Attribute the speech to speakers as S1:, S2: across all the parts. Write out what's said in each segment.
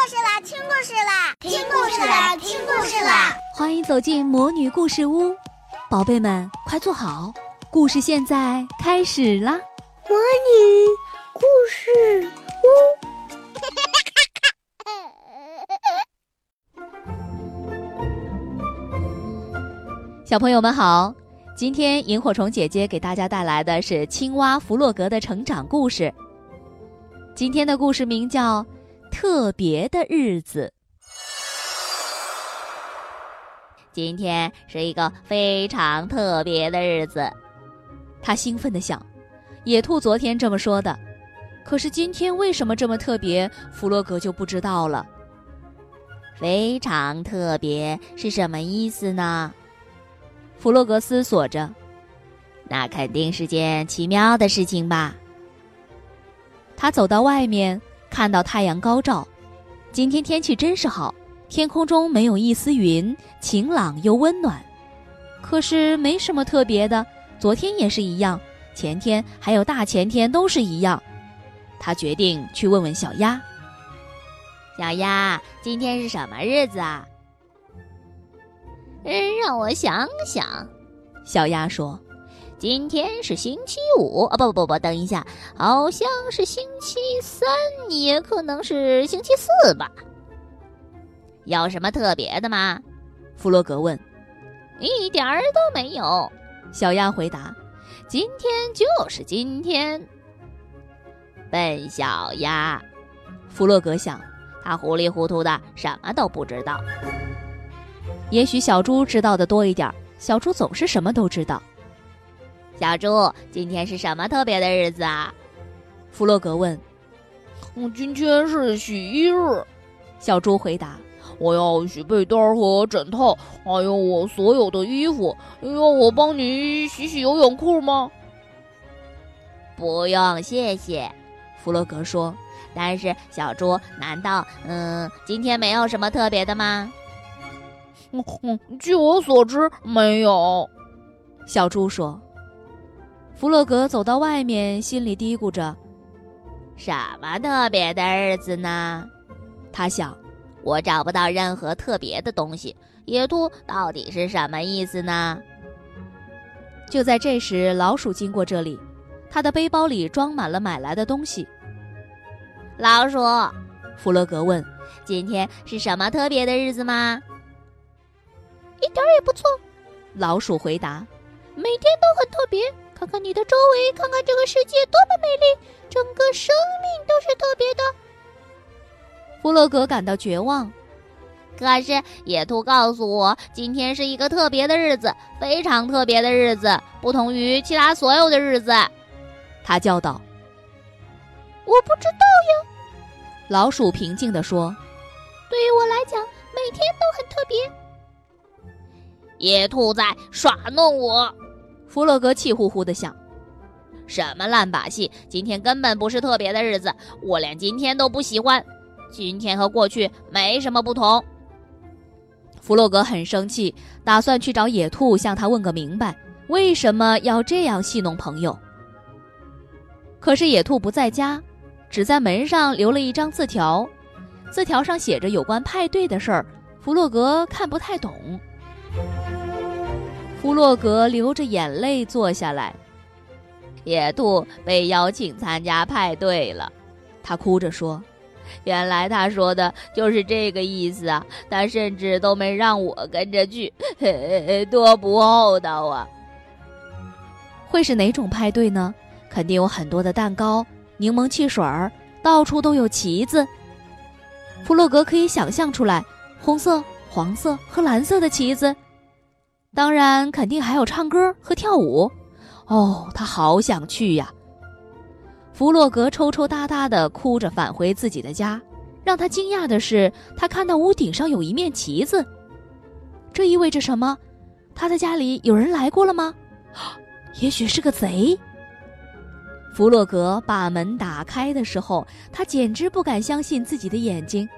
S1: 听故事啦！听故事啦！听故事啦！
S2: 欢迎走进魔女故事屋，宝贝们快坐好，故事现在开始啦！
S3: 魔女故事屋，
S2: 小朋友们好，今天萤火虫姐姐给大家带来的是青蛙弗洛格的成长故事。今天的故事名叫《特别的日子》。今天是一个非常特别的日子，他兴奋地想：野兔昨天这么说的，可是今天为什么这么特别？弗洛格就不知道了。非常特别是什么意思呢？弗洛格思索着，那肯定是件奇妙的事情吧。他走到外面，看到太阳高照，今天天气真是好，天空中没有一丝云，晴朗又温暖。可是没什么特别的，昨天也是一样，前天还有大前天都是一样。他决定去问问小鸭。小鸭，今天是什么日子啊？
S4: 嗯让我想想，
S2: 小鸭说
S4: 今天是星期五啊，不不不，等一下，好像是星期三，也可能是星期四吧。有什么特别的吗？：“
S2: 弗洛格问。
S4: 一点儿都没有，”
S2: 小鸭回答
S4: 今天就是今天。笨小鸭，：“
S2: 弗洛格想，
S4: 它糊里糊涂的，什么都不知道。
S2: 也许小猪知道的多一点儿，小猪总是什么都知道。”
S4: 小猪，今天是什么特别的日子啊？嗯
S2: 弗洛格问
S5: 我今天是洗衣日，
S2: 小猪，回答
S5: 我要洗被单和枕头，还有我所有的衣服。要我帮你洗洗游泳裤吗？
S4: 不用，谢谢。
S2: 弗洛格说
S4: 但是小猪，难道嗯，今天没有什么特别的吗？
S5: 嗯嗯，据我所知，没有。：“
S2: 小猪说。”弗洛格走到外面，心里嘀咕着，
S4: 什么特别的日子呢？
S2: 他想
S4: 我找不到任何特别的东西。野兔到底是什么意思呢？
S2: 就在这时，老鼠经过这里，它的背包里装满了买来的东西。
S4: 老鼠，
S2: 弗洛格问
S4: 今天是什么特别的日子吗？
S2: 老鼠，回答
S4: 每天都很特别，看看你的周围，看看这个世界多么美丽，整个生命都是特别的。
S2: 弗洛格感到绝望。
S4: 可是野兔告诉我，今天是一个特别的日子，非常特别的日子，不同于其他所有的日子。
S2: 他叫道
S4: 我不知道，：“
S2: 老鼠，平静地说。
S4: 对于我来讲，每天都很特别。野兔在耍弄我，”
S2: 弗洛格气呼呼地想。
S4: 什么烂把戏！今天根本不是特别的日子，我连今天都不喜欢。今天和过去没什么不同。
S2: 弗洛格很生气，打算去找野兔，向他问个明白，为什么要这样戏弄朋友。可是野兔不在家，只在门上留了一张字条，字条上写着有关派对的事儿，弗洛格看不太懂。弗洛格流着眼泪坐下来，
S4: 野兔被邀请参加派对了，
S2: 他哭着说
S4: 原来他说的就是这个意思啊！他甚至都没让我跟着去，嘿嘿多不厚道啊！：“
S2: 会是哪种派对呢？肯定有很多的蛋糕、柠檬汽水儿，到处都有旗子。”弗洛格可以想象出来，红色、黄色和蓝色的旗子。当然，肯定还有唱歌和跳舞。哦，他好想去呀！弗洛格抽抽搭搭的哭着返回自己的家。让他惊讶的是，他看到屋顶上有一面旗子。这意味着什么？他的家里有人来过了吗？ 也许是个贼。弗洛格把门打开的时候，他简直不敢相信自己的眼睛。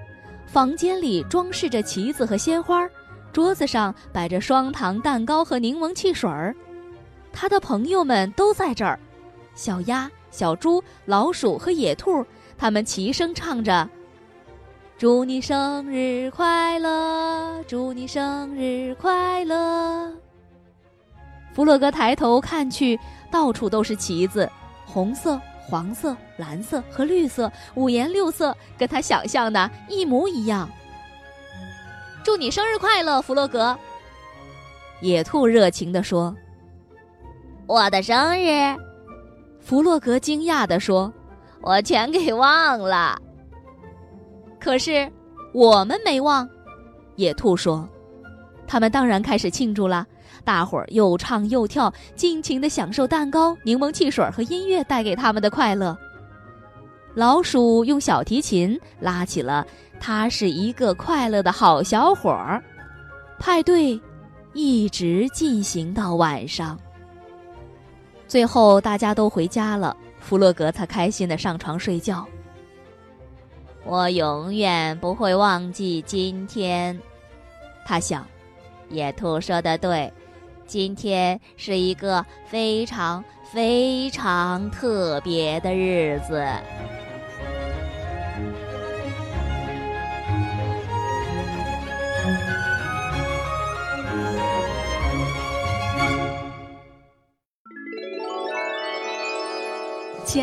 S2: 房间里装饰着旗子和鲜花儿，桌子上摆着双糖蛋糕和柠檬汽水儿。他的朋友们都在这儿，小鸭、小猪、老鼠和野兔，他们齐声唱着：“祝你生日快乐，祝你生日快乐。弗洛格抬头看去，到处都是旗子，红色、黄色、蓝色和绿色，五颜六色，跟他想象的一模一样。祝你生日快乐，弗洛格！野兔热情地说。
S4: 我的生日，
S2: 弗洛格惊讶地说
S4: 我全给忘了。：“
S2: 可是我们没忘。”野兔说。他们当然开始庆祝啦！大伙儿又唱又跳，尽情地享受蛋糕、柠檬汽水和音乐带给他们的快乐。老鼠用小提琴拉起了“他是一个快乐的好小伙儿”。派对一直进行到晚上。最后大家都回家了，弗洛格才开心地上床睡觉。
S4: 我永远不会忘记今天。
S2: 他想，
S4: 野兔说的对，今天是一个非常非常特别的日子。
S6: 亲